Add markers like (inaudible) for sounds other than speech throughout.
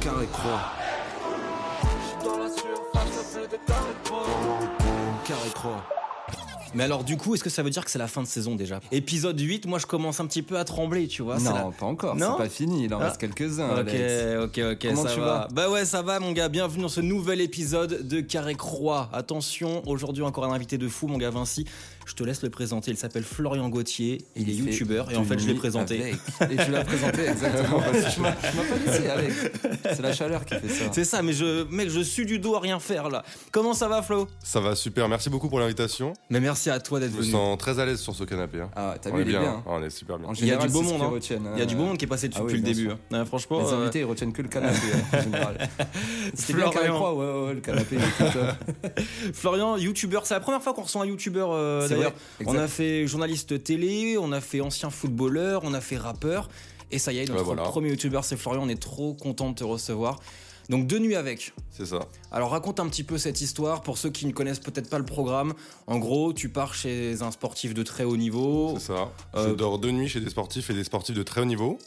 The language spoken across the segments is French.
carré croix. Carré croix. Mais alors du coup, est-ce que ça veut dire que c'est la fin de saison déjà Épisode 8, moi je commence un petit peu à trembler, tu vois. c'est la- Ah, non, pas encore, Non c'est pas fini, il en Ah. reste quelques-uns. Ok, Alex. ok, ok, Comment ça tu va. vas bah ouais, ça va, mon gars. Bienvenue dans ce nouvel épisode de Carré Croix. Attention, aujourd'hui encore un invité de fou, mon gars Vinci. Je te laisse le présenter. Il s'appelle Florian Gauthier. Il, est fait youtubeur et de en fait je l'ai nuit présenté. avec. Et tu l'as présenté exactement. parce que je m'en- je m'en pas laissé, Alex. C'est la chaleur qui fait ça. C'est ça, mais je, mec, je suis du dos à rien faire là. Comment ça va, Flo Ça va super, merci beaucoup pour l'invitation. Mais merci à toi d'être Je me venu. sens très à l'aise sur ce canapé. hein. Ah, t'as on vu, est il est bien, bien. hein. Ah, on est super bien. En Il y a général, du c'est beau ce monde. qu'ils hein. retiennent, Il y a du euh, beau monde qui est passé dessus Ah oui, depuis le bien début. sûr. hein. Ouais, franchement, Les euh, invités, ils retiennent que le canapé hein, en général. C'était bien Florian. carré croix, ouais, ouais, ouais, le canapé, il était top. Florian, youtubeur, c'est la première fois qu'on reçoit un youtubeur euh, C'est d'ailleurs. vrai, On exact. a fait journaliste télé, on a fait ancien footballeur, on a fait rappeur. Et ça y est, Ah bah notre Ouais, voilà. premier youtubeur, c'est Florian. On est trop content de te recevoir. Donc deux nuits avec. C'est ça. Alors raconte un petit peu cette histoire pour ceux qui ne connaissent peut-être pas le programme. En gros, tu pars chez un sportif de très haut niveau. C'est ça. Euh, Je dors deux nuits chez des sportifs et des sportifs de très haut niveau.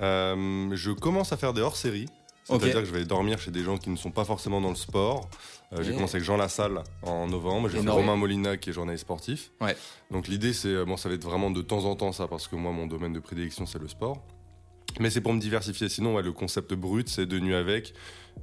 Euh, je commence à faire des hors-séries. C'est-à-dire Ok. que je vais dormir chez des gens qui ne sont pas forcément dans le sport. Euh, J'ai Yeah. commencé avec Jean Lassalle en novembre. J'ai fait Énorme. Romain Molina qui est journaliste sportif. Ouais. Donc l'idée c'est, euh, bon ça va être vraiment de temps en temps ça parce que moi mon domaine de prédilection c'est le sport. Mais c'est pour me diversifier. Sinon ouais, le concept brut c'est deux nuits avec.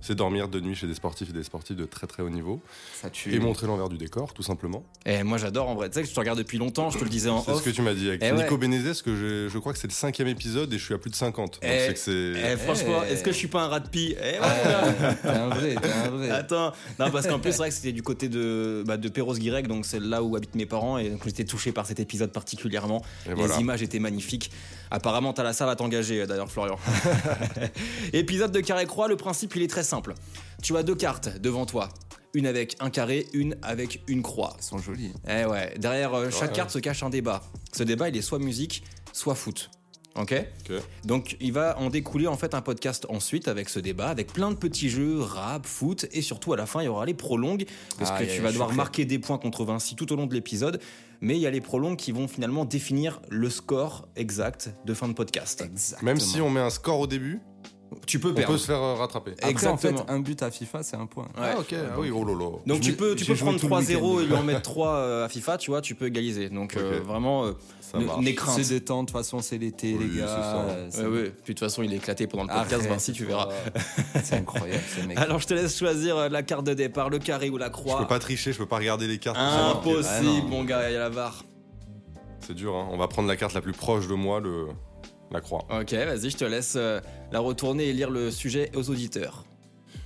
C'est dormir deux nuits chez des sportifs et des sportifs de très très haut niveau. Ça tue. Et montrer l'envers du décor tout simplement. Et moi j'adore en vrai. Tu sais que je te regarde depuis longtemps. Je te le disais en C'est off. ce que tu m'as dit avec Eh ouais. Nico Benezes, que je, je crois que c'est le cinquième épisode et je suis à plus de 50. Donc Eh, c'est que c'est. Eh, franchement, Eh. est-ce que je suis pas un rat de pie Eh, Ah, ouais. T'es un vrai, t'es un vrai. (laughs) Attends, non parce qu'en plus c'est vrai que c'était du côté de bah, de Perros-Guirec, donc c'est là où habitent mes parents et donc j'étais touché par cet épisode particulièrement. Et Les voilà. images étaient magnifiques. Apparemment t'as la salle à t'engager euh, d'ailleurs Florian. (laughs) épisode de carré croix, le principe il est très simple. Tu as deux cartes devant toi, une avec un carré, une avec une croix. Ils sont jolis. Eh ouais, derrière euh, chaque Ouais. carte se cache un débat. Ce débat il est soit musique, soit foot. Ok Ok. donc il va en découler en fait un podcast ensuite avec ce débat, avec plein de petits jeux, rap, foot, et surtout à la fin il y aura les prolongues, parce Ah, que y a- tu vas je devoir suis prêt. marquer des points contre Vinci tout au long de l'épisode, mais il y a les prolongues qui vont finalement définir le score exact de fin de podcast. Exactement. Même si on met un score au début, Tu peux on peut perdre. se faire euh, rattraper. Après, en Exactement. fait, un but à FIFA, c'est un point. Eh, Ouais. Ah ok, ah oui, oh lolo. Donc Je tu l'ai- peux, tu j'ai peux joué prendre tout le 3-0 et week-end. (laughs) lui en mettre 3 euh, à FIFA, tu vois, tu peux égaliser. Donc euh, Ok. vraiment, euh, Ça ne- marche. n'aie crainte. Bah, C'est détente, de toute façon, c'est l'été, Oui, les gars. c'est ça. euh, c'est- Ouais, ouais. Puis de toute façon il est éclaté pendant le podcast, Arrête, Vinci, tu verras. oh, (laughs) C'est incroyable, ce Ah. mec. Alors je te laisse choisir euh, la carte de départ, le carré ou la Je croix. peux pas tricher, je peux pas regarder les cartes. pour savoir qui est- Ah non. Impossible, mon gars, il y a la barre. C'est dur, hein. on va prendre la carte la plus proche de moi, le... la croix. Ok, vas-y, je te laisse euh, la retourner et lire le sujet (laughs) aux auditeurs.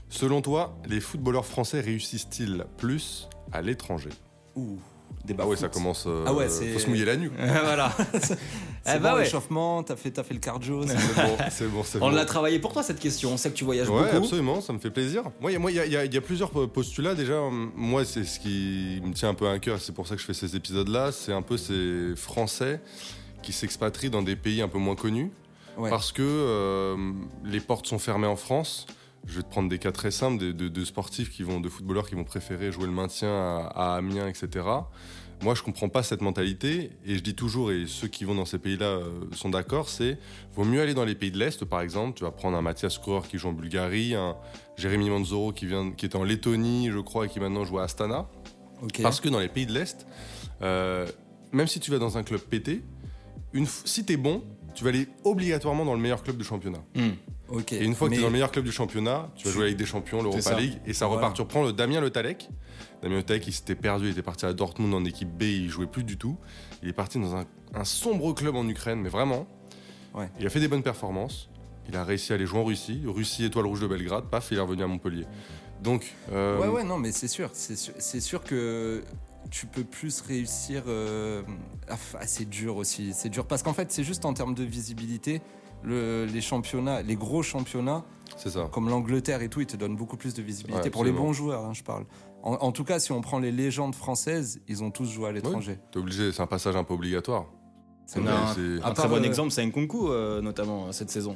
Selon toi, les footballeurs français réussissent-ils plus à l'étranger Ouh, Bah débat ouais, foot. ça commence. euh, Ah ouais, c'est- Faut se mouiller (laughs) la nuque. voilà. C'est Eh bon, bah ouais. réchauffement, t'as fait, t'as fait le cardio. c'est- C'est bon, c'est bon, c'est On bon. l'a travaillé pour toi cette question. On sait que tu voyages Ouais, beaucoup. absolument, ça me fait plaisir. Moi, il y a- moi, il y, a- il y a- il y a plusieurs postulats. Déjà, hum, moi, c'est ce qui me tient un peu à cœur, c'est pour ça que je fais ces épisodes-là. C'est un peu ces Français qui s'expatrient dans des pays un peu moins connus. Ouais. Parce que euh, les portes sont fermées en France. Je vais te prendre des cas très simples, des- de, de sportifs qui vont, de footballeurs qui vont préférer jouer le maintien à, à Amiens, etc. Moi, je comprends pas cette mentalité, et je dis toujours, et ceux qui vont dans ces pays-là euh, sont d'accord, c'est vaut mieux aller dans les pays de l'Est, par exemple. Tu vas prendre un Mathias Coureur qui joue en Bulgarie, un Jérémy Manzoro qui, vient, qui était en Lettonie, je crois, et qui maintenant joue à Astana. Ok. Parce que dans les pays de l'Est, euh, même si tu vas dans un club pété, une f- si t'es bon, tu vas aller obligatoirement dans le meilleur club du championnat. Hmm. Ok. Et une fois que Mais- t'es dans le meilleur club du championnat, tu vas jouer avec des champions, C'est l'Europa ça. League, et ça Voilà. repart. Tu reprends le Damien Le Talec. Damien Le Talec, il s'était perdu, il était parti à Dortmund en équipe B, il jouait plus du tout. Il est parti dans un, un sombre club en Ukraine, mais vraiment. Ouais. Il a fait des bonnes performances. Il a réussi à aller jouer en Russie. Russie, étoile rouge de Belgrade, paf, il est revenu à Montpellier. Donc, euh, Ouais, ouais, non, mais c'est sûr. C'est sûr, c'est sûr que tu peux plus réussir. euh, ah, f- ah, c'est dur aussi. C'est dur parce qu'en fait, c'est juste en termes de visibilité. le- les championnats, les gros championnats, c'est ça. comme l'Angleterre et tout, ils te donnent beaucoup plus de visibilité Ouais, pour les absolument. bons joueurs, hein, je parle. En, en tout cas, si on prend les légendes françaises, ils ont tous joué à l'étranger. T'es obligé, c'est un passage un peu obligatoire. C'est Non. vrai. Mais Un c'est- À part, très bon euh, exemple, c'est Nkunku euh, notamment cette saison.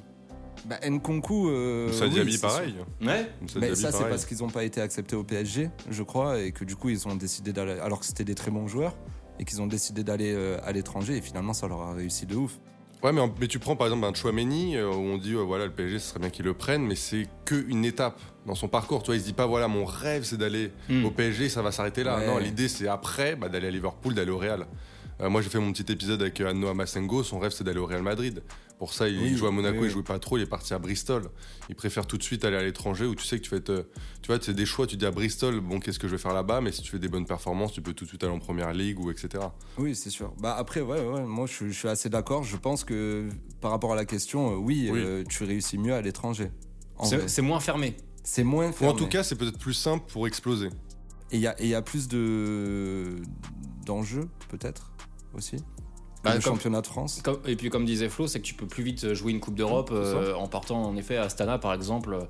Bah, Nkunku. euh, Moussa oui, Diaby, c'est pareil. Ouais. Moussa Mais Diaby, ça, c'est pareil. parce qu'ils n'ont pas été acceptés au PSG, je crois, et que du coup, ils ont décidé d'aller. Alors que c'était des très bons joueurs, et qu'ils ont décidé d'aller euh, à l'étranger, et finalement, ça leur a réussi de ouf. Ouais, mais, en- mais tu prends par exemple un Chouameni, euh, où on dit, ouais, voilà, le PSG, ce serait bien qu'il le prenne, mais c'est qu'une étape dans son parcours. Tu vois, il se dit pas, voilà, mon rêve, c'est d'aller Hmm. au PSG, ça va s'arrêter là. Ouais. Non, l'idée, c'est après, bah, d'aller à Liverpool, d'aller au Real. Euh, moi, j'ai fait mon petit épisode avec euh, Anno Amasengo, son rêve, c'est d'aller au Real Madrid. Pour ça, il Oui, joue à Monaco, oui, oui. il jouait pas trop, il est parti à Bristol. Il préfère tout de suite aller à l'étranger où tu sais que tu vas être. euh, Tu vois, c'est des choix, tu dis à Bristol, bon, qu'est-ce que je vais faire là-bas, mais si tu fais des bonnes performances, tu peux tout de suite aller en première ligue ou etc. Oui, c'est sûr. Bah après, ouais, ouais, moi je, suis- je suis assez d'accord. Je pense que par rapport à la question, euh, oui, Oui. euh, tu réussis mieux à l'étranger. En vrai. C'est c'est moins fermé. C'est moins Ou en fermé. tout cas, c'est peut-être plus simple pour exploser. Et il y, a- et il y a plus de d'enjeux, peut-être, aussi. Bah, le comme- championnat de (laughs) France. Comme- et puis comme disait Flo, c'est que tu peux plus vite jouer une Coupe d'Europe C'est ça. euh, en partant en effet à Astana par exemple. Euh,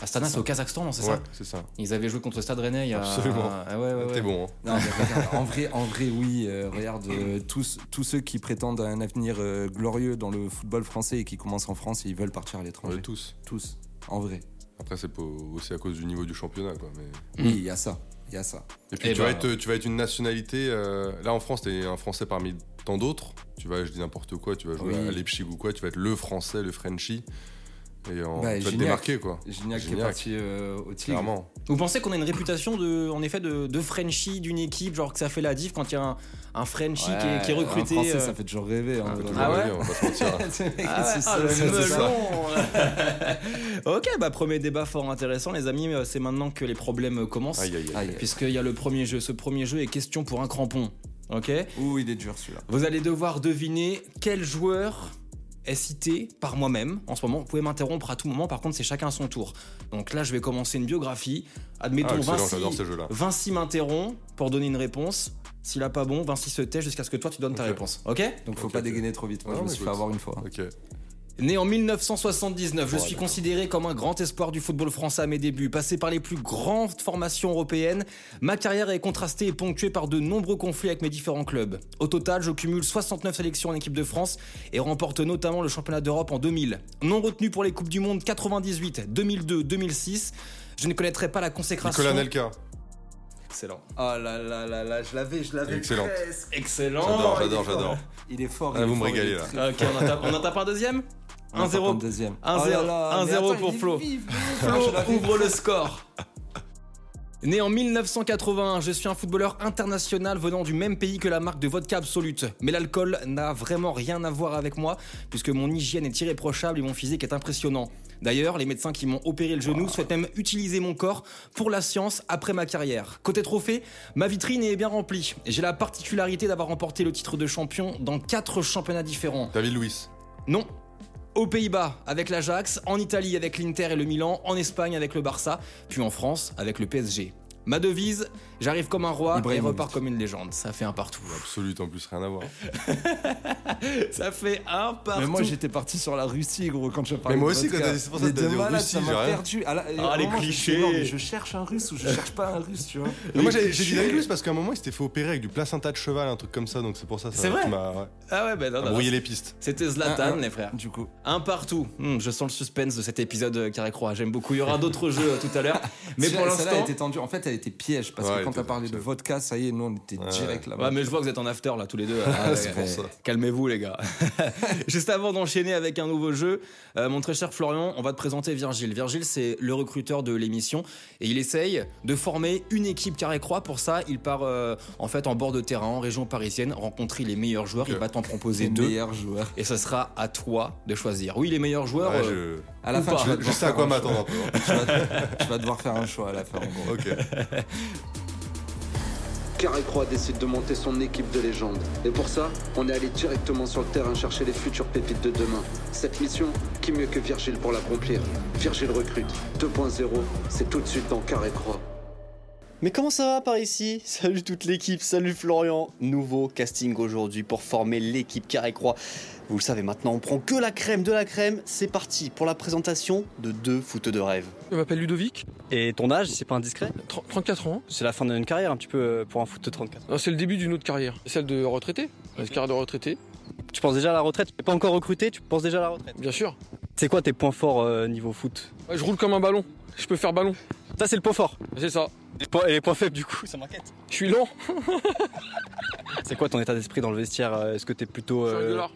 Astana C'est c'est au Kazakhstan, non, c'est Ouais, ça c'est ça. Ils avaient joué contre le Stade Rennais il y a... Absolument. Ah ouais, ouais, ouais. T'es bon. hein. Non, mais regarde, en, vrai, en vrai, oui. euh, regarde, euh, tous, tous ceux qui prétendent à un avenir euh, glorieux dans le football français et qui commencent en France et ils veulent partir à On l'étranger. est tous. Tous, en vrai. Après, c'est pas- aussi à cause du niveau du championnat. Quoi, mais... Mm. Oui, il y a ça. Il y a ça. Et puis, Eh tu, ben- vas être, tu vas être une nationalité. euh, Là, en France, t'es un Français parmi tant d'autres. Tu vas, je dis n'importe quoi, tu vas jouer Oui. à Leipzig ou quoi, tu vas être le Français, le Frenchie. Et en- Bah, tu vas te Gignac. démarquer, quoi. Gignac, qui est Gignac. parti euh, au Tigre. Clairement. Vous pensez qu'on a une réputation de, en effet de, de Frenchie d'une équipe, genre que ça fait la diff quand il y a un, un Frenchie qui, est- qui est Ouais, recruté Un français, euh, ça fait toujours rêver. On hein, peut dans toujours le- Ah ouais rêver, on va pas se mentir. Ah ouais, C'est ah, ça, le c'est ça. melon. (laughs) Ok, bah premier débat fort intéressant, les amis. euh, C'est maintenant que les problèmes euh, commencent, Aïe, aïe, (laughs) aïe. Aïe. puisqu'il y a le premier jeu. Ce premier jeu est question pour un crampon. Ok. Ouh, il est dur celui-là. Vous allez devoir deviner quel joueur est cité par moi-même en ce moment. Vous pouvez m'interrompre à tout moment. Par contre, c'est chacun à son tour. Donc là, je vais commencer une biographie. Ah, Admettons excellent, Vinci. Hum. j'adore ces jeux-là. Vinci m'interrompt pour donner une réponse. S'il a pas bon, Vinci se tait jusqu'à ce que toi tu donnes ta Ok. réponse. Ok Donc faut Ok, pas ok. dégainer trop vite. Moi, euh, je Non, me mais suis fait écoute. avoir une fois. Ok. Né en 1979, je Oh, suis d'accord. considéré comme un grand espoir du football français à mes débuts. Passé par les plus grandes formations européennes, ma carrière est contrastée et ponctuée par de nombreux conflits avec mes différents clubs. Au total, je cumule 69 sélections en équipe de France et remporte notamment le championnat d'Europe en 2000. Non retenu pour les Coupes du Monde 98, 2002, 2006, je ne connaîtrai pas la consécration. Nicolas Nelka. Excellent. Oh là là là là, je l'avais, je l'avais. Excellent. presque. Excellent. J'adore, j'adore, fort. j'adore. Il est fort. Ah, il est vous me fort, il est régalez, là. très Ok, on en tape, on en tape un deuxième On va 1-0 prendre deuxième. Un Oh là zéro- là, un mais zéro attends, pour il est Flo. vif, (laughs) mais Flo je l'avais. ouvre le score. Né en 1981, je suis un footballeur international venant du même pays que la marque de vodka absolute. Mais l'alcool n'a vraiment rien à voir avec moi, puisque mon hygiène est irréprochable et mon physique est impressionnant. D'ailleurs, les médecins qui m'ont opéré le genou souhaitent même utiliser mon corps pour la science après ma carrière. Côté trophée, ma vitrine est bien remplie. J'ai la particularité d'avoir remporté le titre de champion dans quatre championnats différents. David Luiz. Non. Aux Pays-Bas avec l'Ajax, en Italie avec l'Inter et le Milan, en Espagne avec le Barça, puis en France avec le PSG. Ma devise, j'arrive comme un roi et Ibrahimovic. repars comme une légende. Ça fait un partout. (laughs) Absolu, en plus, rien à voir. Ça fait un partout. Mais moi j'étais parti sur la Russie gros quand je parlais. moi de aussi, vodka. Ah, quand t'as dit- c'est pour ça Mais que t'as de dit malade, Russie, ça j'ai m'a rien. perdu. À la- à un les moment, je me suis dit, clichés. non, mais je cherche un russe ou je cherche pas un russe, tu vois. Mais moi, j'ai j'ai dit David Luiz parce qu'à un moment, il s'était fait opérer avec du placenta de cheval, un truc comme ça, donc c'est pour ça C'est ça vrai qui m'a ouais, Ah ouais, ben non, a non, non. brouillé les pistes. C'était Zlatan, Un, un. les frères. Du coup, Un partout. Hum, je sens le suspense de cet épisode euh, Carré Croix. J'aime beaucoup. Il y aura d'autres jeux euh, tout à l'heure. Mais pour Celle-là, elle l'instant. était tendue. En fait, elle était piège parce Ouais, que quand elle t'as était- parlé de vodka, ça y est, nous on était Ouais. direct là-bas. Ouais, mais je vois que vous êtes en after là, tous les deux. Ah, c'est ouais, pour ouais. ça. Calmez-vous, les gars. (laughs) Juste avant d'enchaîner avec un nouveau jeu, euh, mon très cher Florian, on va te présenter Virgile. Virgile, c'est le recruteur de l'émission et il essaye de former une équipe carré-croix. Pour ça, il part euh, en fait en bord de terrain, en région parisienne, rencontrer les meilleurs joueurs. Il Ok. va t'en proposer les deux meilleurs joueurs. et ça sera à toi de choisir. Oui, les meilleurs joueurs. Ouais, euh, je- À la Ou fin, pas. tu vas je, devoir sais à faire quoi un m'attendre un peu. hein. choix. Tu vas, tu vas devoir faire un choix à la fin. en gros. Ok. Carré-Croix décide de monter son équipe de légende. Et pour ça, on est allé directement sur le terrain chercher les futures pépites de demain. Cette mission, qui mieux que Virgile pour l'accomplir Virgile recrute. 2.0, c'est tout de suite dans Carré-Croix. Mais comment ça va par ici (laughs) Salut toute l'équipe, salut Florian Nouveau casting aujourd'hui pour former l'équipe Carré-Croix. Vous le savez maintenant, on prend que la crème de la crème. C'est parti pour la présentation de deux foot de rêve. Je m'appelle Ludovic, Et ton âge, c'est pas indiscret tr- 34 ans. C'est la fin d'une carrière un petit peu euh, pour un foot de 34 Non, C'est le début d'une autre carrière, celle de retraité, la carrière de retraité, Tu penses déjà à la retraite T'es pas encore recruté, tu penses déjà à la retraite bien sûr. C'est quoi tes points forts euh, niveau foot Ouais, Je roule comme un ballon, je peux faire ballon, Ça c'est le point fort. c'est ça. Les points- et les points faibles du coup, ça m'inquiète. Je (laughs) suis lent, C'est quoi ton état d'esprit dans le vestiaire Euh, Est-ce que t'es plutôt... je suis un euh, gueulard.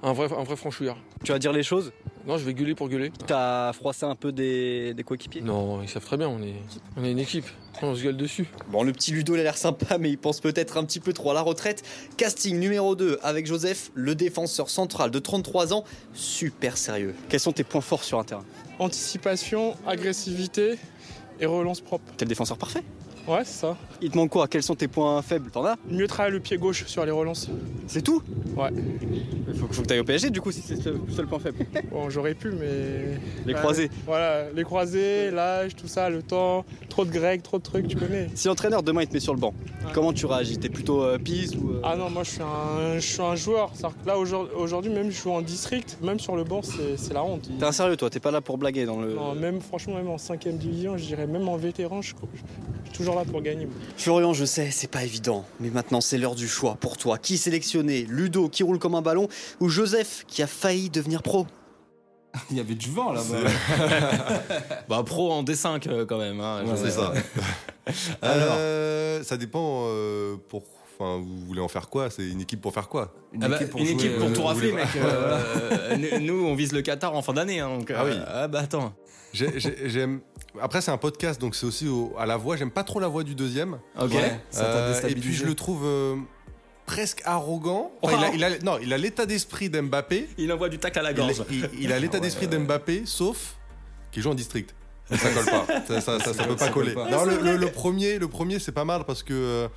Un vrai, un vrai franchouillard. Tu vas dire les choses Non, je vais gueuler pour gueuler. T'as froissé un peu des, des coéquipiers Non, ils savent très bien, on est, on est une équipe. On se gueule dessus. Bon, le petit Ludo, il a l'air sympa, mais il pense peut-être un petit peu trop à la retraite. Casting numéro 2 avec Joseph, le défenseur central de 33 ans, super sérieux. Quels sont tes points forts sur un terrain Anticipation, agressivité et relance propre. T'es le défenseur parfait. Ouais, c'est ça. Il te manque quoi Quels sont tes points faibles T'en as Mieux travailler le pied gauche sur les relances. C'est tout Ouais. Faut, faut que t'ailles au PSG du coup si c'est le seul- seul point faible. Bon, j'aurais pu, mais. Les Ouais, croisés. Voilà, les croisés, l'âge, tout ça, le temps, trop de grecs, trop de trucs, tu connais. Si l'entraîneur demain il te met sur le banc, comment tu réagis T'es plutôt euh, pisse ou. euh, Ah non, moi je suis un, je suis un joueur. C'est-à-dire que Là, aujourd'hui, aujourd'hui, même je joue en district, même sur le banc, c'est c'est la honte. T'es un sérieux toi, t'es pas là pour blaguer dans le. Non, même franchement, même en 5ème division, je dirais même en vétéran, je, je suis toujours là pour gagner. Florian, je sais, c'est pas évident, mais maintenant c'est l'heure du choix pour toi. Qui sélectionner Ludo qui roule comme un ballon ou Joseph qui a failli devenir pro Il y avait du vent là-bas. Bah, pro en D5 euh, quand même. hein, je Ouais, sais c'est pas. (laughs) ça. Alors Ça dépend euh, pour. Enfin, vous voulez en faire quoi C'est une équipe pour faire quoi Une Ah bah, une jouer, équipe pour euh, tout rafler, voulez- mec. euh, euh, (laughs) nous, on vise le Qatar en fin d'année. hein, donc, Ah euh, oui. Ah bah attends. J'ai- j'ai- J'aime. Après, c'est un podcast, donc c'est aussi au- à la voix. J'aime pas trop la voix du deuxième. Ok. Ouais, ça t'a Euh, et déstabilisé. puis, je le trouve euh, presque arrogant. Enfin, Oh. il a- il a- non, il a l'état d'esprit d'Mbappé. Il envoie du tac à la Il, gorge. il- il a l'état d'esprit d'Mbappé, sauf qu'il joue en district. Ça colle pas. Ça, ça, ça- ça peut pas Ça coller. colle pas. Non, le, le- le premier, le premier, c'est pas mal parce que euh,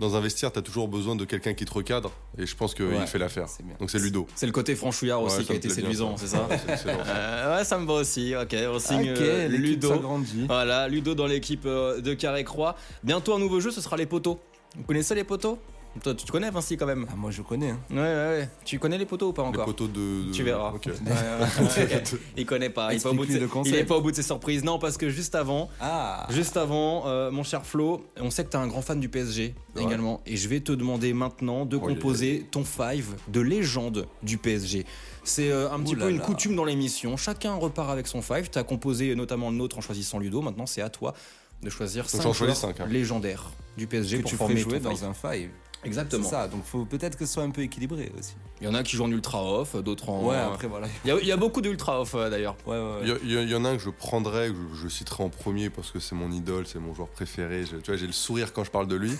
dans un vestiaire, t'as toujours besoin de quelqu'un qui te recadre. Et je pense qu'il Ouais, fait l'affaire. c'est bien. Donc c'est Ludo. C'est le côté franchouillard aussi Ouais, qui ça a me été plaît bien, séduisant, c'est ça C'est excellent. (laughs) Euh, Ouais, ça me va aussi. Ok, on signe Ok, euh, l'équipe Ludo. s'agrandit. Voilà, Ludo dans l'équipe euh, de Carré-Croix. Bientôt un nouveau jeu, ce sera les poteaux. Vous connaissez les poteaux Toi, tu te connais, Vinci, quand même Ah, moi je connais. hein. Ouais, ouais, ouais. Tu connais les poteaux ou pas Les encore poteaux de. de- Tu verras. Ok. (laughs) Il connaît pas. Il est pas, au bout de Explique-lui ses- le concept. il est pas au bout de ses surprises. Non, parce que juste avant, Ah, Juste avant, euh, mon cher Flo, on sait que tu es un grand fan du PSG également. Et je vais te demander maintenant de Oh, yeah, composer ton five de légende du PSG. C'est euh, un petit Ouh là peu une là. coutume dans l'émission. Chacun repart avec son five. Tu as composé notamment le nôtre en choisissant Ludo. Maintenant, c'est à toi de choisir j'en 5 choisis cinq, hein. légendaires du PSG que pour tu ferais former jouer ton dans five. un five. Exactement. C'est ça, donc faut peut-être que ce soit un peu équilibré aussi. Il y en a qui jouent en ultra off, d'autres en. Ouais, après voilà. Il y a- il y, a beaucoup d'ultra off euh, d'ailleurs. Ouais, ouais, ouais. Il y a- il y, a- il y en a un que je prendrais, que je, je citerai en premier parce que c'est mon idole, c'est mon joueur préféré. Je- tu vois, j'ai le sourire quand je (laughs) parle de lui.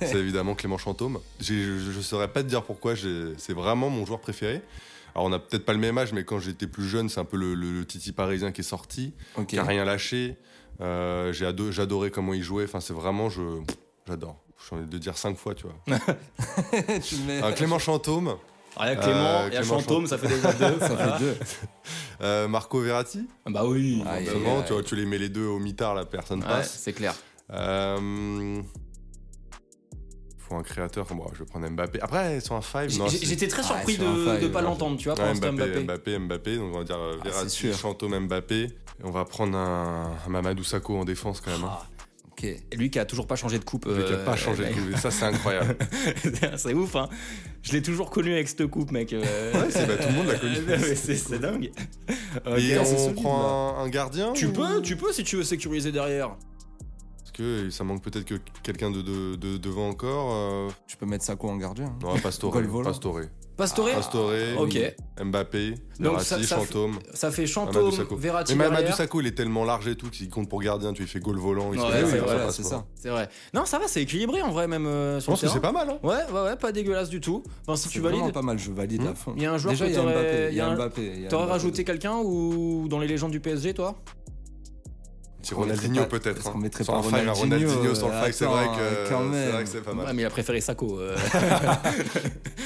c'est évidemment Clément Chantôme. J'ai- Je ne saurais pas te dire pourquoi, j'ai- c'est vraiment mon joueur préféré. Alors, on n'a peut-être pas le même âge, mais quand j'étais plus jeune, c'est un peu le, le- le Titi parisien qui est sorti, Ok. qui a rien lâché. Euh, j'ai ado- J'adorais comment il jouait. Enfin, c'est vraiment, je j'adore. Je suis en train de le dire cinq fois, tu vois. (laughs) Tu mets- Un Clément Chantôme, Ah, il y a Clément, Euh, il y a Clément Chantôme, ça fait déjà (laughs) deux. Ça fait deux. euh, Marco Verratti. Bah oui, Aïe, aïe, Forcément, aïe. tu vois, tu les mets les deux au mitard, la personne Ouais, passe. c'est clair. Euh... Faut un créateur. Bon, je vais prendre Mbappé. Après, sur un five, non, J'ai- c'est- J'étais très Ah, surpris c'est de un ne fail, pas ouais. l'entendre, tu vois, Ouais, pendant Mbappé, Mbappé. Mbappé, Mbappé, Donc on va dire euh, Ah, c'est Verratti, sûr. Chantôme, Mbappé. Et on va prendre un, un Mamadou Sakho en défense quand même. hein. Ah, Ok. lui qui a toujours pas changé de coupe. Lui qui a euh, pas changé de (laughs) mec. coupe. Ça, c'est incroyable. c'est ouf, hein. Je l'ai toujours connu avec cette coupe, mec. euh. Ouais, c'est- bah, tout le monde (laughs) l'a connu. Ouais, mais c'est c'est dingue. (laughs) Ok, Et c'est on solide, là. prend un, un gardien Tu ou- peux, tu peux si tu veux sécuriser derrière. Parce que ça manque peut-être que quelqu'un de, de- de- devant encore. euh, Tu peux mettre Sako en gardien. hein. Non, Pastore. Gol volant. Pastore. Pastore Ah, Pastore, Ah, Ok. Mbappé, Donc, Verratti, ça- ça fait- Chantôme. Ça fait Mamadou Chantôme, Sakho. Verratti Ah, Mais Mamadou derrière. Sakho, il est tellement large et tout qu'il compte pour gardien. Tu lui fais goal volant. Il se Ouais, fait- oui, ça voilà, passe c'est pas. ça. C'est vrai. Non, ça va, c'est équilibré en vrai, même euh, Je sur le pense que terrain. c'est pas mal. Hein. Ouais, ouais, ouais, pas dégueulasse du tout. Enfin, si C'est tu vraiment valides, pas mal, je valide Hmm. à fond. Il y a un joueur Déjà, que il y a t'aurais- Mbappé. il Il y y a a un- Mbappé. il y a t'aurais Mbappé. rajouté quelqu'un ou dans les légendes du PSG, toi Si Qu'on mettrait Ronaldinho pas- peut-être. est-ce hein. qu'on mettrait Sur pas un five, un Ronaldinho, Ronaldinho sur le euh, five, c'est vrai que attends, quand c'est vrai même. que c'est pas Ouais, mal. mais il a préféré Sako. euh.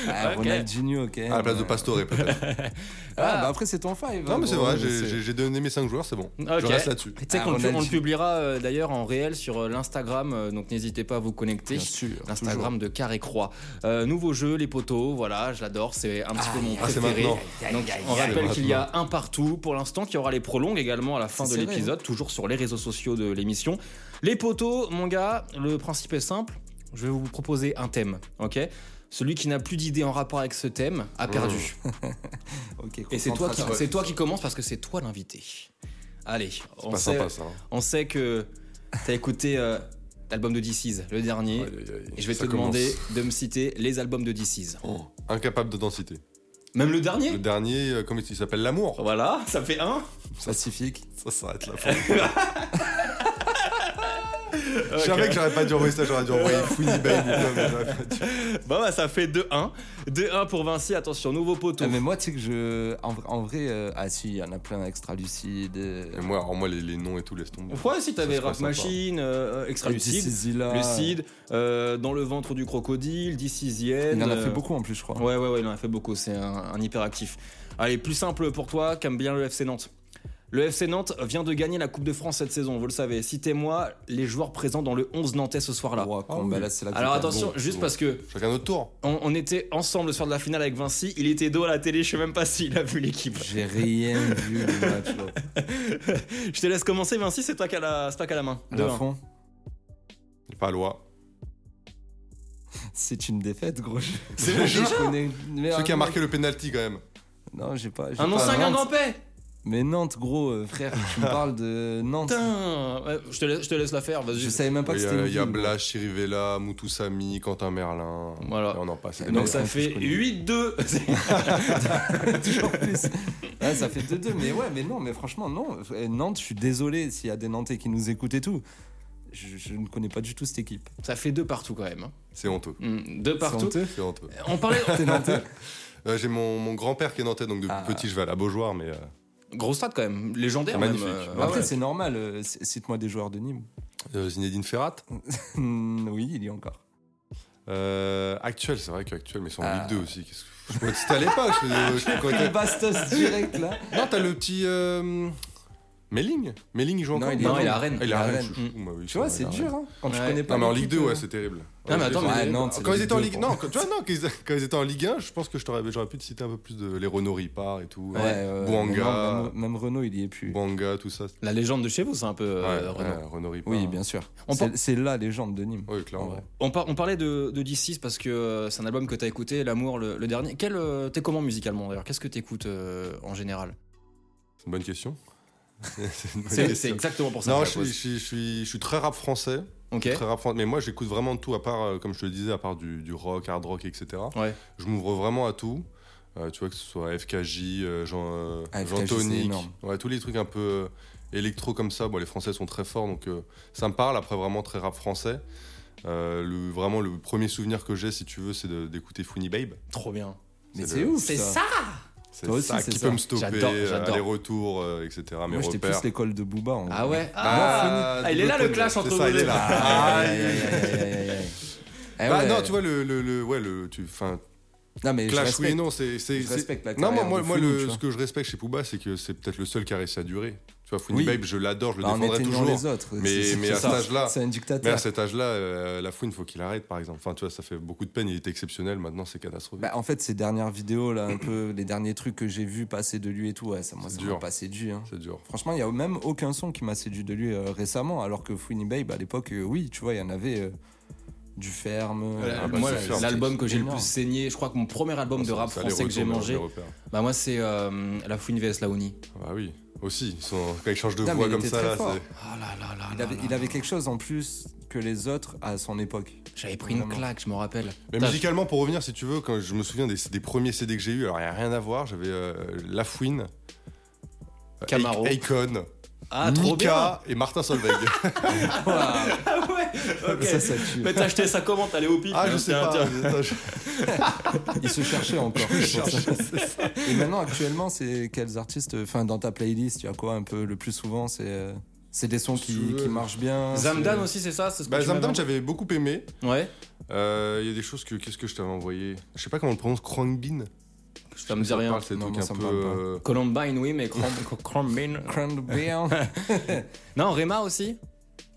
Ah, Ok. Ronaldinho, ok. À la place de Pastore (laughs) peut-être. Ah, bah après, c'est ton five. Non mais c'est Bon, vrai, c'est- j'ai- j'ai j'ai donné mes 5 joueurs, c'est bon. Ok. Je reste là-dessus. Tu sais Ah, qu'on le, Ronaldinho. on le publiera euh, d'ailleurs en réel sur euh, l'Instagram, euh, donc n'hésitez pas à vous connecter. Bien sûr. L'Instagram de Carré Croix. Euh, nouveau jeu, les poteaux, voilà, je l'adore, c'est un petit peu mon Ah, c'est préféré. maintenant. Donc, on aïe, rappelle aïe. qu'il y a un partout pour l'instant, qu'il y aura les prolongues également à la fin de C'est serré, hein. l'épisode, toujours sur les réseaux sociaux de l'émission. Les poteaux, mon gars, le principe est simple. Je vais vous proposer un thème, ok Celui qui n'a plus d'idée en rapport avec ce thème a perdu. Mmh. toujours. Ok, Et c'est toi, qui, concentration. c'est toi qui commence parce que c'est toi l'invité. Allez, on Pas sait, sympa ça. hein. on sait que t'as écouté euh, l'album de DC's, le dernier. Aïe, aïe, aïe. et je vais Ça te commence. demander de me citer les albums de DC's. Oh, Incapable de densité. Même le dernier Le dernier, euh, comment il s'appelle L'amour. Voilà, ça fait (laughs) un. Pacifique. Ça s'arrête là. (laughs) Je savais que j'aurais pas dû envoyer ça, j'aurais (laughs) dû envoyer Fouini Babe. ou quoi, mais j'aurais pas dû. Bon, bah, ça fait 2-1. 2-1 pour Vinci, attention, nouveau poteau. Ah, mais moi, tu sais que je. En, en vrai, euh, ah si, il y en a plein, extra lucide. euh, Et moi, alors moi, les, les noms et tout, laisse tomber. Ouais, si t'avais Ça, c'est Rap pas Machine, euh, Extra et This Lucide, Is Zilla. Lucide, euh, Dans le ventre du crocodile, This is the End, Il en a fait euh, beaucoup en plus, je crois. Ouais, ouais, ouais, il en a fait beaucoup, c'est un, un hyperactif. Allez, plus simple pour toi, qu'aime bien le FC Nantes. Le FC Nantes vient de gagner la Coupe de France cette saison, vous le savez. Citez-moi les joueurs présents dans le 11 nantais ce soir-là. Ouah, quand- Ah oui. bah, là, c'est la Alors compta. attention, bon, juste bon. parce que Chacun notre tour. on, on était ensemble le soir de la finale avec Vinci, il était dos à la télé, je sais même pas s'il a vu l'équipe. Bon, J'ai rien vu (laughs) du match. là. Je te laisse commencer, Vinci, c'est toi qui as la, c'est toi qui as la main. À Demain. fond, Pas loi. c'est une défaite, gros. C'est Je déjà connais- mais Celui qui a un- marqué le penalty quand même. Non, j'ai pas. j'ai Un pas ancien Nantes. grand paix Mais Nantes, gros, euh, frère, (laughs) tu me parles de Nantes. Putain ouais, je, te laisse, je te laisse la faire, vas-y. Je savais même pas que Il y c'était. a, une il euh, y a ville, hein. gros. Blash, Chirivella, Moutoussami, Quentin Merlin. Voilà. Et on en passe. Non, Donc ça Ouais, fait je connais. 8-2. Toujours plus. Ouais, ça fait 2-2. Mais ouais, mais non, mais franchement, non. Eh, Nantes, je suis désolé s'il y a des Nantais qui nous écoutent et tout. Je, je ne connais pas du tout cette équipe. (laughs) ça fait 2 partout quand même. hein. C'est honteux. Mm, Deux C'est partout. honteux. C'est honteux. On (laughs) parlait. T'es Nantais Euh, J'ai mon, mon grand-père qui est nantais, donc depuis Ah. petit, je vais à la Beaujoire, mais. euh, Grosse stade quand même, légendaire. Magnifique. Même, euh, Ah Mais Après, ouais. c'est normal. euh, c- Cite-moi des joueurs de Nîmes. euh, Zinedine Ferrat. Hmm, oui, il y a encore. Euh, actuel, c'est vrai qu'actuel, mais c'est en Ah. Ligue 2 aussi. Qu'est-ce que- Je me dis, t'allais pas. Je, (laughs) faisais- je faisais- Le Bastos direct là. Non, t'as le petit. Euh... Melling Melling, il joue Non, encore il est- Non, il est à Ah, Rennes. il est à Rennes. je Mm. suis fou, moi, oui, Tu vois, vrai, il c'est est à dur Rennes. hein, quand tu Ouais. connais pas. Non, mais en Ligue l'équipe, 2, ouais, euh, c'est terrible. mais Ouais, attends, j'ai- mais- Ouais, Nantes, c'est Quand la ils étaient en deux, Ligue, pour non, moi. quand, tu vois, non, quand ils, quand ils étaient en Ligue 1, je pense que je t'aurais, j'aurais pu te citer un peu plus de les Renault Ripard et tout, Ouais, euh, Bouanga. mais non, même, même Renault, il y est plus. Bouanga, tout ça. La légende de chez vous, c'est un peu. euh, ouais, Renaud. ouais, Renaud Ripard. Oui, bien sûr. On C'est- par- C'est la légende de Nîmes. Oui, clairement. Ouais. On, par- on parlait de, de D6 parce que euh, c'est un album que t'as écouté, L'amour, le, le dernier. Quel, euh, T'es comment musicalement d'ailleurs Qu'est-ce que t'écoutes euh, en général C'est une bonne question. (laughs) C'est- c'est une bonne C'est c'est question. exactement pour ça. Non, que je je la suis, je, pose. suis, je, suis, je suis très rap français. Ok. Très rap français. Mais moi, j'écoute vraiment de tout, à part, euh, comme je te le disais, à part du, du rock, hard rock, etc. Ouais. Je m'ouvre vraiment à tout. Euh, tu vois, que ce soit FKJ, euh, Jean, euh, Ah, Jean FKJ, c'est Tonic, énorme. ouais, tous les trucs un peu euh, électro comme ça. Bon, les Français sont très forts, donc euh, ça me parle. Après, vraiment très rap français. Euh, le, vraiment, le premier souvenir que j'ai, si tu veux, c'est de- d'écouter Funny Babe. Trop bien. Mais C'est c'est le- ouf. C'est ça C'est Toi aussi, ça c'est qui ça. peut me stopper, J'adore, euh, j'adore. aller-retour, euh, etc. Mes Moi, j'étais repères. plus l'école de Booba. en Ah vrai. ouais Bah, Ah, il est là le clash entre C'est vous ça, il deux. est là. Aïe, Aïe. aïe, aïe, aïe, aïe, aïe. Eh Bah, ouais. non, tu vois, le, le, le- ouais, le, tu, enfin, Non, mais je Clash, respecte. oui, non, c'est. c'est- Je c'est- respecte la Non, moi, carrière moi, de moi, Fouine, le- tu vois. ce que je respecte chez Pouba, c'est que c'est peut-être le seul qui a réussi à durer. Tu vois, Fouini Oui. Babe, je l'adore, je le Bah, en défendrai éteignant toujours. les autres. Mais- c'est- c'est- mais c'est à ça. cet âge-là- C'est un Mais à dictateur. cet âge-là, euh, la Fouine, faut qu'il arrête, par exemple. Enfin, tu vois, ça fait beaucoup de peine, il était exceptionnel, maintenant c'est catastrophique. Bah, en fait, ces dernières vidéos, là, un peu, les derniers trucs que j'ai vus passer de lui et tout, ouais, ça moi, C'est ça dur. m'a pas séduit. hein. c'est dur. Franchement, il y a même aucun son qui m'a séduit de lui euh, récemment, alors que Funny Babe, à l'époque, euh, oui, tu vois, il y en avait euh, du ferme. Euh, Ah bah, moi, c'est sûr. l'album que j'ai le énorme. plus saigné, je crois que mon premier album de Ça- rap ça français que les j'ai retourne, mangé, les repères. bah moi c'est euh, La Fouine vs Laouni. Bah oui, aussi. ils sont- Quand ils changent de Putain, voix mais il comme était ça, très là, fort. c'est. Oh là là là Il là avait, là il là. avait quelque chose en plus que les autres à son époque. J'avais pris une Vraiment. claque, je me rappelle. Mais Putain, musicalement, pour revenir, si tu veux, quand je me souviens des, des premiers CD que j'ai eu, alors il n'y a rien à voir, j'avais euh, La Fouine, euh, Camaro. Akon, Ah trop bien Mika et (laughs) Martin Solveig. (laughs) Ah ouais ok. Ça, ça tue. Mais t'as acheté ça comment T'allais au pif ah, je hein, sais tiens, pas. tiens. Attends, je- Il se cherchait (laughs) encore. c'est pour ça. Et maintenant, actuellement, c'est quels artistes Enfin, dans ta playlist, il y a quoi un peu le plus souvent C'est euh, c'est des sons Si tu qui, veux. qui marchent bien. Zamdan aussi c'est ça c'est ce que Bah, tu Zamdan, m'avais- j'avais beaucoup aimé. Ouais. Euh, Il y a des choses que. Qu'est-ce que je t'avais envoyé Je sais pas comment on le prononce, Krangbin. Ça me dit rien. C'est Non, trucs moi, un ça me peu. parle pas. euh, Columbine oui mais Crom- Crumbin. Cranberry. Non Rema aussi.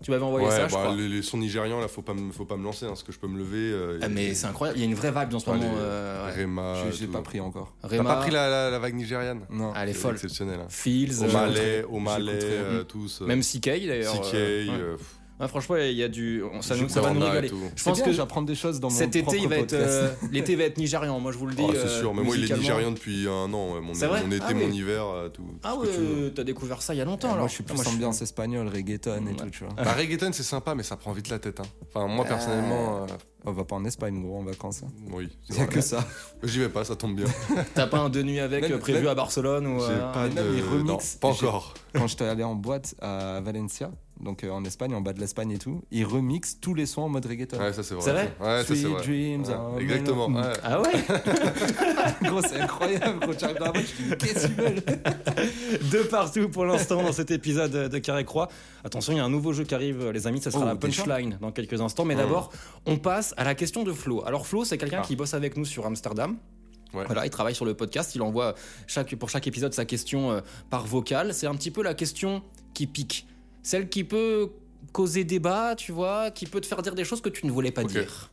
Tu m'avais envoyé ouais, ça bah, je crois. les, les sons nigérians, là, faut pas, me- faut pas me lancer, hein, parce que je peux me lever. euh, Ah, et- mais c'est incroyable, il y a une vraie vibe dans ce Ouais, moment. les- euh, ouais. Rema. Je J'ai Ah, tout. pas pris encore. T'as Rema. pas pris la, la- la vague nigériane Non. Elle est C'est folle. Exceptionnel. hein. Fields. euh, O'Malley, O'Malley, j'écouterai. euh, tous. euh, mm. Même CK d'ailleurs. CK, euh, ouais. euh, pff, Ouais, franchement, il y a du. on- Ça, nous- ça va nous Corona et régaler. tout. Je Je pense que j'apprends des choses dans mon cet été, il propre va être, podcast. euh, l'été va être nigérian. Moi, je vous le dis. Ah, c'est euh, sûr, mais moi il est musicalement. nigérien depuis un an. ouais, Mon, C'est vrai mon été, Ah, mon oui. hiver, euh, tout. tout Ah ce que tu veux. ouais, t'as découvert ça il y a longtemps. Ah, alors. moi, je suis Ah, plus ambiance espagnole, reggaeton et Ouais. tout, tu vois. Bah, reggaeton, c'est sympa, mais ça prend vite la tête. hein. Enfin, moi personnellement, euh, On va pas en Espagne, gros, en vacances. hein. oui. Il c'est y a vrai. que ça. J'y vais pas, ça (laughs) tombe bien. T'as pas un deux nuits avec Même- euh, prévu même- à Barcelone ou euh, J'ai à- pas mais là, de. les remixes, Euh, non, pas j'ai- encore. Quand j'étais allé en boîte à Valencia, donc euh, en Espagne, en bas de l'Espagne et tout, ils remixent tous les sons en mode reggaeton. Ouais, ça c'est vrai. C'est vrai Ouais, ça c'est Sweet vrai. Dreams, Ouais, un Exactement. mélange. ouais. Ah ouais (laughs) (laughs) Gros, c'est incroyable. Quand tu arrives dans la boîte, tu te dis qu'est-ce qu'ils veulent De partout pour l'instant dans cet épisode de Carré Croix. Attention, il y a un nouveau jeu qui arrive, les amis, ça sera Oh, la déjà punchline dans quelques instants. Mais Mm. d'abord, on passe à la question de Flo. Alors, Flo, c'est quelqu'un Ah. qui bosse avec nous sur Amsterdam. Ouais. Voilà, il travaille sur le podcast, il envoie chaque, pour chaque épisode sa question euh, par vocal. C'est un petit peu la question qui pique. Celle qui peut causer débat, tu vois, qui peut te faire dire des choses que tu ne voulais pas Ok. dire.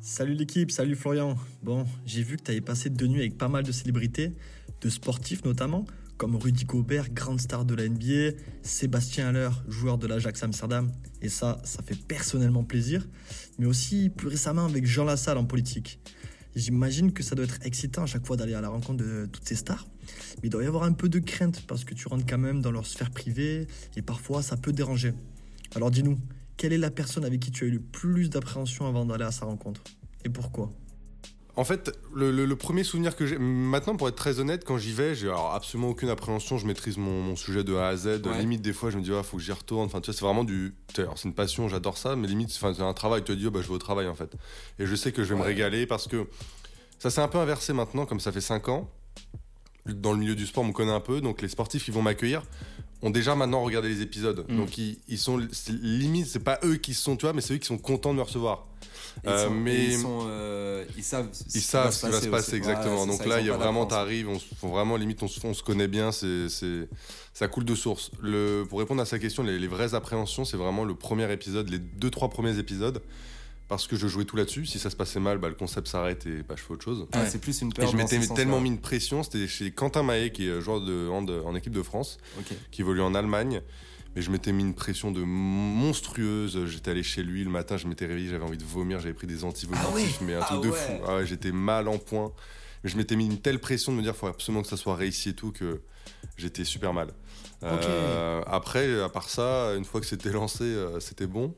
Salut l'équipe, salut Florian. Bon, j'ai vu que tu avais passé deux nuits avec pas mal de célébrités, de sportifs notamment, comme Rudy Gobert, grande star de la NBA, Sébastien Haller, joueur de l'Ajax Amsterdam. Et ça, ça fait personnellement plaisir, mais aussi plus récemment avec Jean Lassalle en politique. J'imagine que ça doit être excitant à chaque fois d'aller à la rencontre de toutes ces stars, mais il doit y avoir un peu de crainte parce que tu rentres quand même dans leur sphère privée et parfois ça peut déranger. Alors dis-nous, quelle est la personne avec qui tu as eu le plus d'appréhension avant d'aller à sa rencontre et pourquoi En fait, le, le- le premier souvenir que j'ai. Maintenant, pour être très honnête, quand j'y vais, j'ai alors, absolument aucune appréhension. Je maîtrise mon, mon sujet de A à Z. Ouais. Limite, des fois, je me dis, ah, faut que j'y retourne. Enfin, tu vois, c'est vraiment du. tu sais, alors, C'est une passion, j'adore ça, mais limite, c'est enfin, c'est un travail. Tu te dis, oh, bah, je vais au travail, en fait. Et je sais que je vais me régaler parce que ça s'est un peu inversé maintenant, comme ça fait 5 ans. Dans le milieu du sport, on me connaît un peu, donc les sportifs qui vont m'accueillir ont déjà maintenant regardé les épisodes. Mm. Donc ils, ils sont c'est- limite, c'est pas eux qui sont, tu vois, mais c'est eux qui sont contents de me recevoir. Ils Euh, sont- mais- ils, sont, euh, ils savent ce Ils qui savent ce qui va se aussi. passer exactement. Ouais, c'est Donc ça, là, ils il y a ont pas vraiment, d'appréhension. t'arrives, on se- faut vraiment limite, on se, on se connaît bien, c'est, c'est, ça coule de source. Le, pour répondre à sa question, les, les vraies appréhensions, c'est vraiment le premier épisode, les deux trois premiers épisodes, parce que je jouais tout là-dessus. Si ça se passait mal, bah, le concept s'arrête et bah, je fais autre chose. Ah, Ouais. C'est plus une Et peur. je dans m'étais ce sens-là. tellement mis une pression, c'était chez Quentin Maillet, qui est joueur de hand en équipe de France, Ok. qui évolue en Allemagne. Mais je m'étais mis une pression de monstrueuse. J'étais allé chez lui le matin, je m'étais réveillé, j'avais envie de vomir, j'avais pris des antivomitifs, mais un Ah truc de ouais. fou. Ah ouais, j'étais mal en point. Mais je m'étais mis une telle pression de me dire, faut absolument que ça soit réussi et tout, que j'étais super mal. Euh, après, à part ça, une fois que c'était lancé, euh, c'était bon.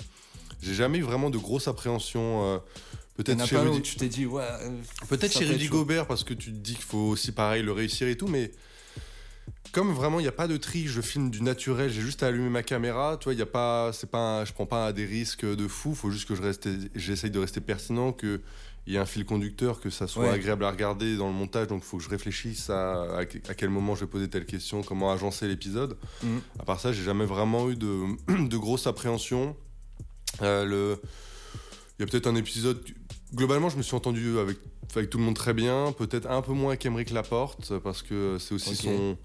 J'ai jamais eu vraiment de grosses appréhensions. euh, T'en Peut-être as chez pas un Rudy- où tu t'es dit, ouais. euh, Peut-être ça chez peut Rudy être chaud. Gobert, parce que tu te dis qu'il faut aussi, pareil, le réussir et tout, mais comme vraiment, il n'y a pas de tri, je filme du naturel, j'ai juste à allumer ma caméra, tu vois, il y a pas, c'est pas, un- je prends pas des risques de fou, faut juste que je reste, j'essaye de rester pertinent, que il y a un fil conducteur, que ça soit Ouais. agréable à regarder dans le montage, donc faut que je réfléchisse à, à que- à quel moment je vais poser telle question, comment agencer l'épisode. Mhm. À part ça, j'ai jamais vraiment eu de, (clears throat) de grosses appréhensions. Euh, le, il y a peut-être un épisode. Globalement, je me suis entendu avec, avec tout le monde très bien. Peut-être un peu moins qu'Emeric Laporte, parce que c'est aussi Ok. son,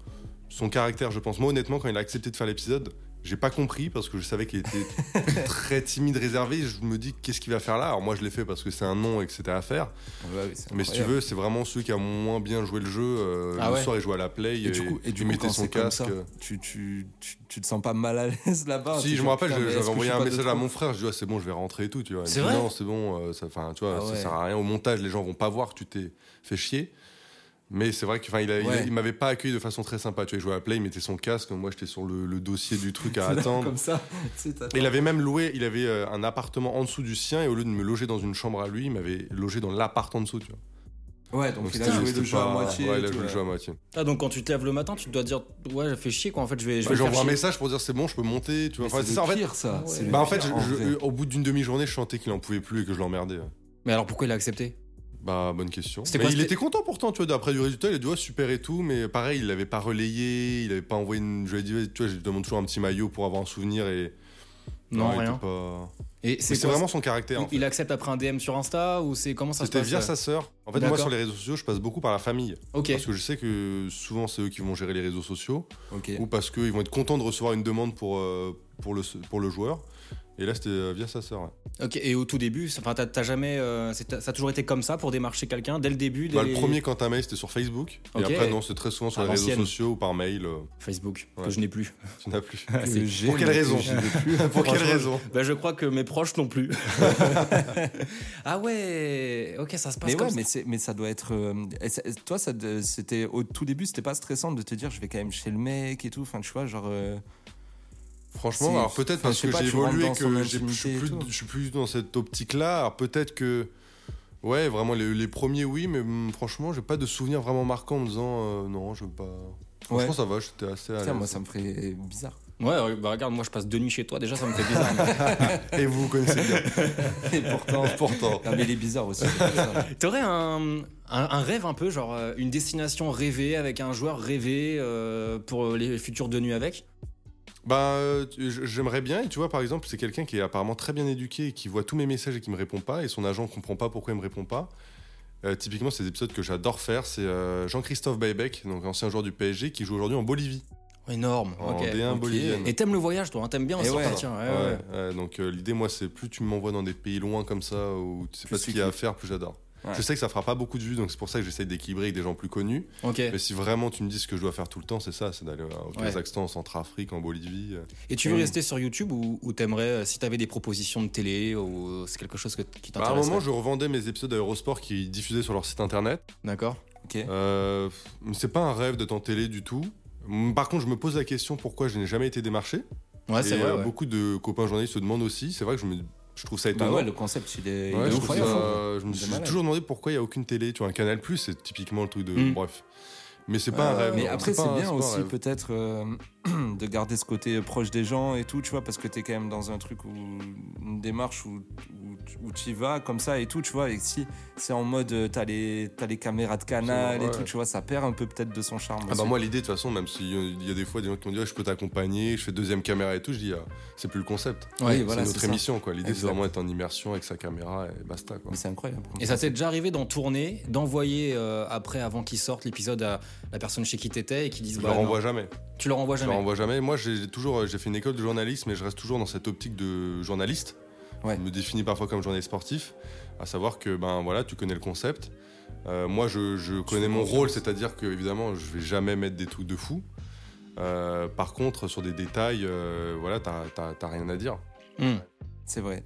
son caractère, je pense. Moi, honnêtement, quand il a accepté de faire l'épisode, j'ai pas compris parce que je savais qu'il (laughs) était très timide, réservé. Je me dis, qu'est-ce qu'il va faire là Alors, moi, je l'ai fait parce que c'est un nom et que c'était à faire. Ouais, ouais, c'est Mais si tu incroyable. veux, c'est vraiment celui qui a moins bien joué le jeu. euh, Ah le ouais. soir, il jouait à la play. Et du coup, et il du coup, mettait quand son c'est comme ça, casque. tu, tu, tu, tu te sens pas mal à l'aise là-bas. Tu Si, te je dis, me rappelle, Ah, putain, mais je- est-ce j'avais que envoyé je suis un pas message de à trop mon frère, je dis ah, c'est bon, je vais rentrer et tout, tu vois. Il me C'est dit, vrai Non, c'est bon, euh, ça, enfin, tu vois, Ah ça ouais. sert à rien. Au montage, les gens vont pas voir que tu t'es fait chier. Mais c'est vrai qu'il il a- il a- Ouais. il m'avait pas accueilli de façon très sympa. Tu vois, il jouait à Play, il mettait son casque, moi j'étais sur le, le dossier du (laughs) truc à attendre. Comme ça, tu sais, t'as- Et Il avait même loué, il avait euh, un appartement en dessous du sien et au lieu de me loger dans une chambre à lui, il m'avait logé dans l'appart en dessous, tu vois. Ouais, donc, il a c'était- joué le c'était jeu à pas- moitié. Ouais, et il a tout, joué le ouais. jeu à moitié. Ah, donc quand tu te lèves le matin, tu dois te dire Ouais, fait chier quoi, en fait, je vais. Je Bah, vais me J'envoie faire un chier. message pour dire c'est bon, je peux monter, tu vois. Mais Enfin, C'est ça, en le fait. pire, ça. c'est le Bah, en fait, pire, je- je- vrai. au bout d'une demi-journée, je sentais qu'il en pouvait plus et que je l'emmerdais. hein. ouais. Mais alors pourquoi il a accepté Bah, bonne question. C'était Mais quoi, il c'était- était content pourtant, tu vois, d'après du résultat, il a dit, ouais, super et tout, mais pareil, il l'avait pas relayé, il avait pas envoyé une. Je lui ai dit, ouais, tu vois, je lui demande toujours un petit maillot pour avoir un souvenir et. Non, il était rien. pas- Et Et Mais c'est C'est quoi, vraiment son caractère. il, en fait. il accepte après un DM sur Insta ou c'est comment ça se C'était passe via euh sa sœur. En fait, moi, D'accord. sur les réseaux sociaux, je passe beaucoup par la famille. Ok. Parce que je sais que souvent, c'est eux qui vont gérer les réseaux sociaux. Ok. Ou parce qu'ils vont être contents de recevoir une demande pour, euh, pour, le, pour le joueur. Et là, c'était euh, via sa sœur. ouais. Ok. Et au tout début, c'est- enfin t'as t'as jamais, euh, c'est- ça a toujours été comme ça pour démarcher quelqu'un dès le début. dès Bah, le les- premier, quand t'as un mail, c'était sur Facebook. Ok. Et après, non, c'est très souvent sur À les réseaux l'ancienne. sociaux ou par mail. euh, Facebook que Ouais. je n'ai (laughs) plus. tu (laughs) n'as plus. Que j'ai, pour quelle mais que raison j'ai- Pour quelle Franchement, raison Bah, je crois que mes proches non plus. (laughs) ah ouais. Ok, ça se passe Mais comme ouais, ça. mais, c'est- mais ça doit être. euh, et ça- toi, ça, de- c'était au tout début, c'était pas stressant de te dire je vais quand même chez le mec et tout. Enfin, tu vois, genre. euh, Ah, Franchement, C'est- alors peut-être enfin, je parce sais que pas, j'ai tu rentres évolué, dans son que j'ai- je intimité suis et plus, tout. je suis plus dans cette optique-là. Alors peut-être que, ouais, vraiment les, les premiers, oui, mais hum, franchement, j'ai pas de souvenir vraiment marquant en me disant euh, non, je veux pas. Franchement, Ouais. ça va, j'étais assez. à Putain, moi, l'aise. ça me ferait (laughs) bizarre. Ouais, bah regarde, moi je passe deux nuits chez toi, déjà ça me fait bizarre. Et vous vous connaissez (laughs) bien. Et (laughs) pourtant. Pourtant, Non, mais il est bizarre aussi. c'est pour (laughs) ça. T'aurais un, un, un rêve un peu, genre euh, une destination rêvée avec un joueur rêvé euh, pour les futurs deux nuits avec bah, euh, tu- j- j'aimerais bien. Et tu vois, par exemple, c'est quelqu'un qui est apparemment très bien éduqué, et qui voit tous mes messages et qui me répond pas, et son agent comprend pas pourquoi il me répond pas. Euh, typiquement, c'est des épisodes que j'adore faire. C'est euh, Jean-Christophe Baybeck, donc ancien joueur du PSG, qui joue aujourd'hui en Bolivie, Énorme. en ok. D1 ok. bolivienne. Et t'aimes le voyage, toi, hein, t'aimes bien Eh aussi ouais. repartir, ouais, ouais. Ouais, ouais, donc euh, l'idée, moi, c'est plus tu m'envoies dans des pays loin comme ça où tu sais Plus pas ce tu qu'il y a à kiffes. faire, plus j'adore. Ouais. Je sais que ça fera pas beaucoup de vues, donc c'est pour ça que j'essaie d'équilibrer avec des gens plus connus. Ok. Mais si vraiment tu me dis ce que je dois faire tout le temps, c'est ça, c'est d'aller euh, au Ouais. Kazakhstan, en Centrafrique, en Bolivie. euh. Et tu veux Mm. rester sur YouTube ou, ou t'aimerais, euh, si t'avais des propositions de télé ou c'est quelque chose que- qui Bah, à un t'intéresse moment, je revendais mes épisodes à Eurosport qui diffusaient sur leur site internet. D'accord. Ok. Euh, mais c'est pas un rêve d'être en télé du tout. Mm, Par contre, je me pose la question pourquoi je n'ai jamais été démarché. Ouais, Et, c'est vrai. euh, ouais. Beaucoup de copains journalistes se demandent aussi. C'est vrai que je, me- je trouve ça Bah étonnant. ouais, le concept, il est, il Ouais, est je, trouve incroyable. ça- euh, je me Il est suis malade. toujours demandé pourquoi il n'y a aucune télé. Tu vois, un Canal Plus, c'est typiquement le truc de. Mm. Bref. Mais c'est pas un rêve. Euh, Mais après, pas c'est un- bien pas un aussi, rêve. peut-être, euh, (clears throat) de garder ce côté proche des gens et tout, tu vois, parce que t'es quand même dans un truc où. une démarche où, où, où t'y vas comme ça et tout, tu vois. Et si c'est en mode, euh, t'as les, t'as les caméras de canal Ouais. et tout, tu vois, ça perd un peu peut-être de son charme. Ah bah aussi. moi, l'idée, de toute façon, même s'il y a des fois des gens qui m'ont dit Ouais, je peux t'accompagner, je fais deuxième caméra et tout, je dis Ah, c'est plus le concept. oui, Ouais. voilà, c'est c'est notre ça. émission, quoi. L'idée, c'est Exact. vraiment être en immersion avec sa caméra et basta, quoi. Mais c'est incroyable. comme Et ça concept. t'est déjà arrivé d'en tourner, d'envoyer euh, après, avant qu'il sorte l'épisode à la personne chez qui t'étais et qui disent Je bah, leur non. renvoie jamais. Tu leur envoies Je leur jamais. envoie jamais. Moi, j'ai toujours, j'ai fait une école de journalisme, mais je reste toujours dans cette optique de journaliste. Ouais. Je me définis parfois comme journaliste sportif, à savoir que ben voilà, tu connais le concept. Euh, moi, je, je connais mon rôle, c'est-à-dire que évidemment, je vais jamais mettre des trucs de fou. Euh, par contre, sur des détails, euh, voilà, t'as- t'as t'as rien à dire. Mm. C'est vrai.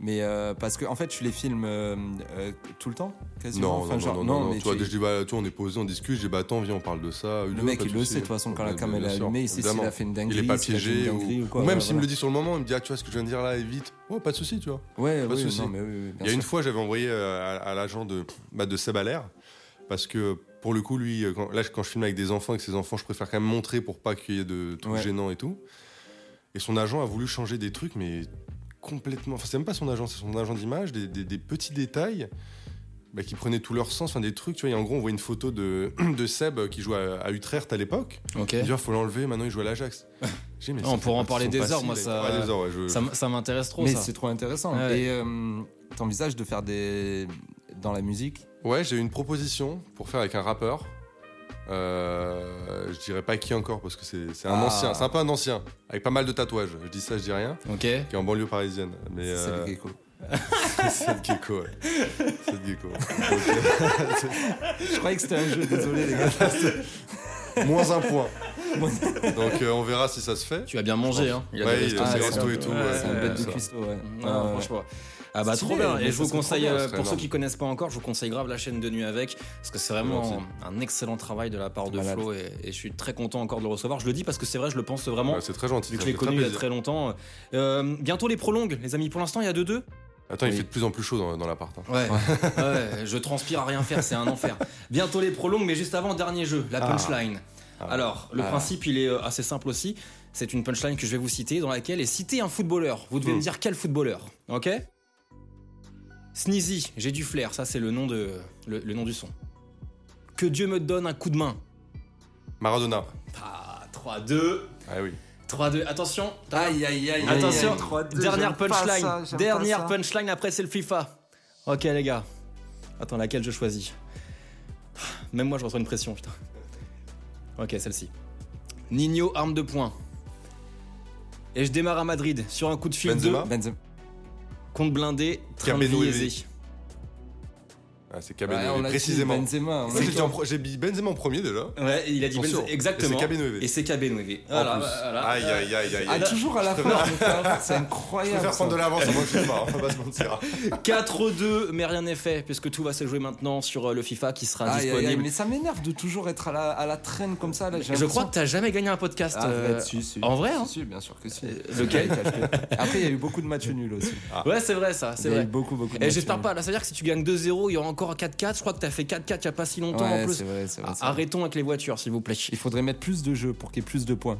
Mais euh, parce que, en fait, tu les filmes euh, euh, tout le temps, quasiment. Non, Enfin, non, genre- non, non, non, mais Tu vois, tu- dès que je dis, bah, tu vois, on est posé, on discute, j'ai, bah, attends, viens, on parle de ça. le mec, il le sait, de toute façon, quand la cam elle est allumée, il sait s'il a fait une dinguerie. Il est pas s'il a fait une piégé, ou, dinguerie ou quoi. même Ouais, s'il me le dit sur le moment, il me dit, ah, tu vois ce que je viens de dire là, évite. Oh, pas de souci, tu vois. voilà. pas Ouais, de oui, souci. non, mais oui, oui, bien Il y a une sûr. fois, j'avais envoyé euh, à, à l'agent de, bah, de Seb Allaire, parce que pour le coup, lui, euh, quand, là, je- quand je filme avec des enfants, avec ses enfants, je préfère quand même montrer pour pas qu'il y ait de trucs Ouais. gênants et tout. Et son agent a voulu changer des trucs, mais complètement. Enfin, c'est même pas son agent, c'est son agent d'image, des, des- des petits détails. bah, qui prenaient tout leur sens, enfin des trucs, tu vois, et en gros on voit une photo de, (clears throat) de Seb euh, qui joue à, à Utrecht à l'époque, Ok. il dit il faut l'enlever, maintenant il joue à l'Ajax. (laughs) J'ai, mais Non, ça on fait pourra en partie de parler son des heures, passé, moi, il a- ça- Ouais, des heures, ouais, je- Ça, m- ça m'intéresse trop Mais ça. c'est trop intéressant. Ah Ouais. Et euh, t'envisages de faire des. dans la musique Ouais, j'ai eu une proposition pour faire avec un rappeur. Euh, je dirais pas qui encore parce que c'est c'est un Ah. ancien, c'est un peu un ancien, avec pas mal de tatouages. Je dis ça, je dis rien. Ok. Qui est en banlieue parisienne. Mais C'est euh, le gecko. c'est (laughs) le gecko. ouais. C'est le gecko. Je croyais que c'était un jeu, désolé les gars. Moins un point. Donc euh, on verra si ça se fait. Tu as bien mangé, hein. Il y a Ouais, des (laughs) il- restos, c'est ouais, resto ouais. et tout, Ouais, ouais, Ah, C'est une ouais, bête de ça. cuistot, ouais. Euh, Ouais, Ouais, ouais. franchement. Ah bah Stylé, trop bien. mais Et je ça vous serait trop conseille, bien, ça euh, serait pour ceux énorme. qui connaissent pas encore, je vous conseille grave la chaîne de nuit avec, parce que c'est C'est vraiment gentil. un excellent travail de la part de Malade. Flo, et, et je suis très content encore de le recevoir. Je le dis parce que c'est vrai, je le pense vraiment. Ouais, c'est très gentil. Vu que ça je l'ai fait très connu il y a plaisir. très longtemps. Euh, bientôt les prolongues, les amis. Pour l'instant, il y a 2-2. Attends, il Oui. fait de plus en plus chaud dans, dans l'appart. hein. Ouais. (laughs) ouais, je transpire à rien faire, c'est un enfer. Bientôt les prolongues, mais juste avant, dernier jeu, la Ah. punchline. Ah. Alors, le Ah. principe, il est euh, assez simple aussi. C'est une punchline que je vais vous citer, dans laquelle est cité un footballeur. Vous devez Hmm. me dire quel footballeur, ok Sneezy, j'ai du flair, ça c'est le nom de le, le nom du son. Que Dieu me donne un coup de main. Maradona. Ah, 3, 2. Ah oui. 3-2, attention. Aïe, aïe, aïe. Attention, aïe, aïe. dernière j'aime pas punchline. ça, j'aime pas dernière ça. punchline après c'est le FIFA. Ok les gars. Attends, laquelle je choisis Même moi je ressens une pression, putain. Ok, celle-ci. Nino arme de poing. Et je démarre à Madrid sur un coup de fil Benzema 2 Benzema. contre blindé, train de Cabello et Viesi. Ah, c'est Ouais, Cabernet, on l'a dit, précisément. Benzema. on l'a Moi, j'ai dit. dit en pro- J'ai mis Benzema en premier déjà. Ouais, il a dit Attention. Benzema. Exactement. Et c'est Cabernet. Et c'est Cabernet. En Voilà, plus. voilà. Aïe, aïe, aïe, aïe. Ah, aïe. toujours à la fin, mon frère, (laughs) c'est Je vais incroyable. faire prendre de ça. l'avance, moi je sais pas, on va pas se mentir. 4-2, mais rien n'est fait, puisque tout va se jouer maintenant sur euh, le FIFA qui sera Aïe, aïe, aïe, disponible. mais ça m'énerve de toujours être à la, à la traîne comme ça. Là, j'ai Je crois l'impression- que t'as jamais gagné un podcast. Ah, euh, ouais, si, si. en vrai, hein. Si, si, bien sûr que si. lequel (laughs) Après, il y a eu beaucoup de matchs nuls aussi. Ouais, c'est vrai ça, c'est Il y a eu vrai. beaucoup, beaucoup de Et matchs j'espère nuls. pas, là, ça veut dire que si tu gagnes 2-0, il y aura encore 4-4. Je crois que t'as fait 4-4 il y a pas si longtemps en Ouais, plus. c'est vrai, c'est vrai. Ah, c'est vrai. Arrêtons avec les voitures, s'il (laughs) vous plaît. Il faudrait mettre plus de jeux pour qu'il y ait plus de (laughs) points.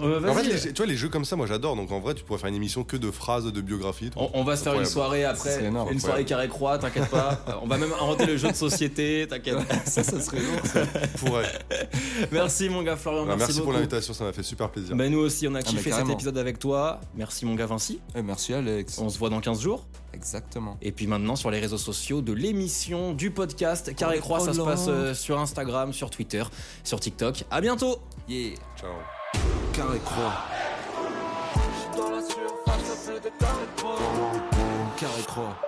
Euh, (laughs) En fait, vas-y. les jeux- tu vois, les jeux comme ça, moi j'adore. Donc en vrai, tu pourrais faire une émission que de phrases, de biographies. on, on va se faire une Incroyable. soirée C'est après, énorme, une soirée incroyable. carré-croix, t'inquiète (laughs) pas. Euh, on va même inventer le jeu de société, t'inquiète. Ça, ça serait lourd. Pourrait. (laughs) merci mon gars Florian, Bah, merci, merci pour beaucoup. l'invitation, Ah, ça m'a fait super plaisir. Bah, nous aussi, on a kiffé cet carrément. épisode avec toi. Merci mon gars Vinci. Eh, merci, Alex. On se voit dans 15 jours. Exactement. Et puis maintenant sur les réseaux sociaux de l'émission, du podcast Oh, Carré Croix, ça se passe euh, sur Instagram, sur Twitter, sur TikTok. À bientôt Yeah. Ciao. Carré croix. Carré croix.